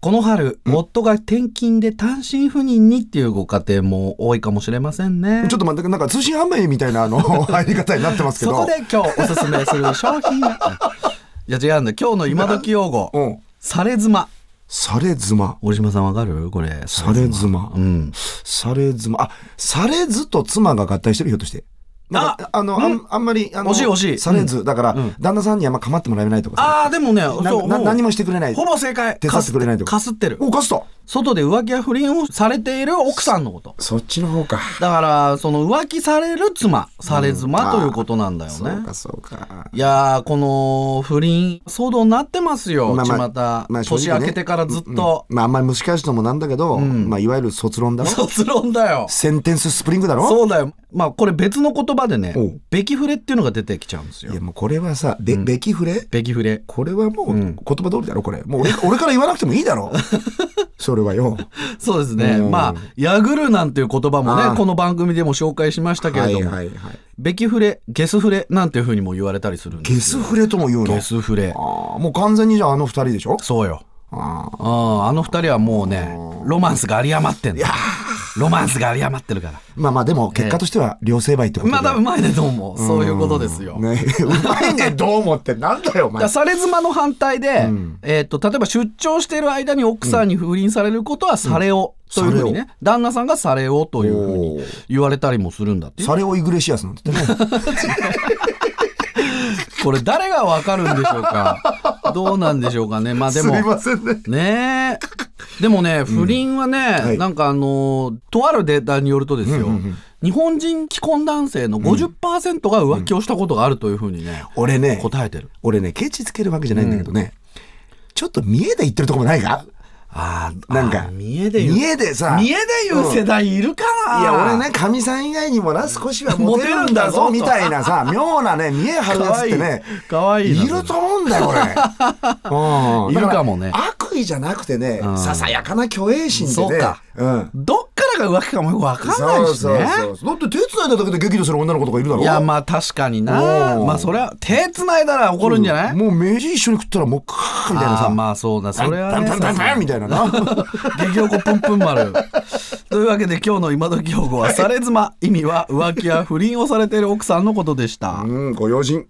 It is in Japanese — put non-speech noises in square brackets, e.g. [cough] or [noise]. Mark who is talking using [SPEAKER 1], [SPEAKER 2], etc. [SPEAKER 1] この春、夫が転勤で単身赴任にっていうご家庭も多いかもしれませんね。
[SPEAKER 2] ちょっと待って、なんか通信販売みたいな
[SPEAKER 1] [laughs]
[SPEAKER 2] あの入り方になってますけ
[SPEAKER 1] そ
[SPEAKER 2] ど。
[SPEAKER 1] こで今日おすすめする商品。
[SPEAKER 2] [laughs]
[SPEAKER 1] いや違うんだよ今日の今時用語。
[SPEAKER 2] うん。
[SPEAKER 1] され妻。
[SPEAKER 2] され妻。
[SPEAKER 1] 大島さんわかるこれ。
[SPEAKER 2] され妻。
[SPEAKER 1] うん。
[SPEAKER 2] され妻。あ、されずと妻が合体してるひょっとして。なんかあの、あんあんまり、あの、
[SPEAKER 1] 惜しい惜しい
[SPEAKER 2] されず。だから、
[SPEAKER 1] ん
[SPEAKER 2] 旦那さんにあんま構ってもらえないとかさ。
[SPEAKER 1] ああ、でもね、
[SPEAKER 2] な
[SPEAKER 1] そう
[SPEAKER 2] な
[SPEAKER 1] ほぼ
[SPEAKER 2] 何もしてくれない
[SPEAKER 1] ほぼ正解。
[SPEAKER 2] 手伝ってくれないと
[SPEAKER 1] かすってる。
[SPEAKER 2] お、ガスト
[SPEAKER 1] 外で浮気や不倫をされている奥さんのこと。
[SPEAKER 2] そっちの方か。
[SPEAKER 1] だから、その浮気される妻、され妻ということなんだよ
[SPEAKER 2] そう
[SPEAKER 1] ね
[SPEAKER 2] か、。そうか。
[SPEAKER 1] いやー、この不倫騒動になってますよ、
[SPEAKER 2] まあまあ
[SPEAKER 1] 巷、
[SPEAKER 2] まあ正直
[SPEAKER 1] 年
[SPEAKER 2] ね
[SPEAKER 1] 明けてからずっ
[SPEAKER 2] うん
[SPEAKER 1] と。
[SPEAKER 2] まあ、あんまり難しいのもなんだけど、まあ、いわゆる卒論だろ。
[SPEAKER 1] 卒論だ
[SPEAKER 2] [laughs]
[SPEAKER 1] よ。
[SPEAKER 2] センテンススプリングだろ
[SPEAKER 1] そうだよ。まあ、これ別の言葉でね
[SPEAKER 2] おう、
[SPEAKER 1] べきフレっていうのが出てきちゃうんです
[SPEAKER 2] い
[SPEAKER 1] よ
[SPEAKER 2] や。もうこれはさ、べ、べき触れ
[SPEAKER 1] べきフレ。 [laughs]
[SPEAKER 2] これはもううん言葉通りだろ、これ。もう俺俺から言わなくてもいい
[SPEAKER 1] [laughs]
[SPEAKER 2] だろ。それはよ。
[SPEAKER 1] そうですね。
[SPEAKER 2] うん
[SPEAKER 1] まあ、ヤグルなんていう言葉も
[SPEAKER 2] ああ
[SPEAKER 1] ね、この番組でも紹介しましたけれども、
[SPEAKER 2] いはい。
[SPEAKER 1] べきフレ、ゲスフレなんていうふうにも言われたりするんです
[SPEAKER 2] ゲ
[SPEAKER 1] よ
[SPEAKER 2] ス触れとも言うの。
[SPEAKER 1] ゲスフレ。
[SPEAKER 2] ああ、もう完全にじゃああの二人でしょ
[SPEAKER 1] そうよ。
[SPEAKER 2] ああ。
[SPEAKER 1] あああの二人はもうね、ロマンスが有り余ってんだ。ロマンスが有り余ってるから。
[SPEAKER 2] まあまあでも結果としては両成敗ってことで。
[SPEAKER 1] まだうまいね、どうも。そういうことですよ。
[SPEAKER 2] ね、うま
[SPEAKER 1] [laughs]
[SPEAKER 2] いね、どう思って。なんだよ、お
[SPEAKER 1] だから
[SPEAKER 2] 前。
[SPEAKER 1] され妻の反対で、えー、と例えば出張している間に奥さんに不倫されることはされを、というふうにね旦那さんがされをというふう
[SPEAKER 2] お
[SPEAKER 1] に
[SPEAKER 2] ー
[SPEAKER 1] 言われたりもするんだって
[SPEAKER 2] サレオ・イグレシアスなんて言ってね。
[SPEAKER 1] これ誰がわかるんでしょう
[SPEAKER 2] [laughs]
[SPEAKER 1] かどうなんでしょうかねまあですも
[SPEAKER 2] みませんね。
[SPEAKER 1] ねえ。でもね、不倫はね、
[SPEAKER 2] はい
[SPEAKER 1] なんかあのーとあるデータによるとですよ、日本人既婚男性の50%が浮気をしたことがあるというふうにね、
[SPEAKER 2] 俺ね、
[SPEAKER 1] 答えてる。
[SPEAKER 2] 俺ね、ケチつけるわけじゃないんだけどね。ちょっと見えで言ってるとこもないか
[SPEAKER 1] あー
[SPEAKER 2] なんか
[SPEAKER 1] あー見えで言う。
[SPEAKER 2] 見えでさ
[SPEAKER 1] 見えで言う世代いるかな、
[SPEAKER 2] いや、俺ね、かみさん以外にもな、少しはモテる
[SPEAKER 1] モ
[SPEAKER 2] んだぞ、
[SPEAKER 1] テるんだぞと
[SPEAKER 2] みたい
[SPEAKER 1] [laughs]
[SPEAKER 2] なさ、妙なね、見え張るやつってね、
[SPEAKER 1] かわいい。かわいいな。
[SPEAKER 2] いると思うんだよ、これ。
[SPEAKER 1] [laughs]
[SPEAKER 2] うん
[SPEAKER 1] いるかもね
[SPEAKER 2] だら悪意じゃなくてね、
[SPEAKER 1] ん
[SPEAKER 2] ささやかな虚栄心
[SPEAKER 1] そう
[SPEAKER 2] でね
[SPEAKER 1] か。
[SPEAKER 2] うん。
[SPEAKER 1] どっからが浮気かもよくわかんないしね。
[SPEAKER 2] そうそうそうそう。だって手繋いだだけで激怒する女の子とかいるだろ
[SPEAKER 1] いや、まあ確かにな。
[SPEAKER 2] うん
[SPEAKER 1] まあそれは、手繋いだら怒るんじゃない、
[SPEAKER 2] もう飯一緒に食ったらもう、クーみたいな
[SPEAKER 1] あー
[SPEAKER 2] さ。
[SPEAKER 1] まあそうだ。それは
[SPEAKER 2] パン
[SPEAKER 1] ね
[SPEAKER 2] パンパンパンみたいなな。
[SPEAKER 1] 激おこぷんぷん丸。 [laughs] というわけで今日の今時用語は、され妻。意味は浮気や不倫をされている奥さんのことでした。
[SPEAKER 2] うん、ご用心。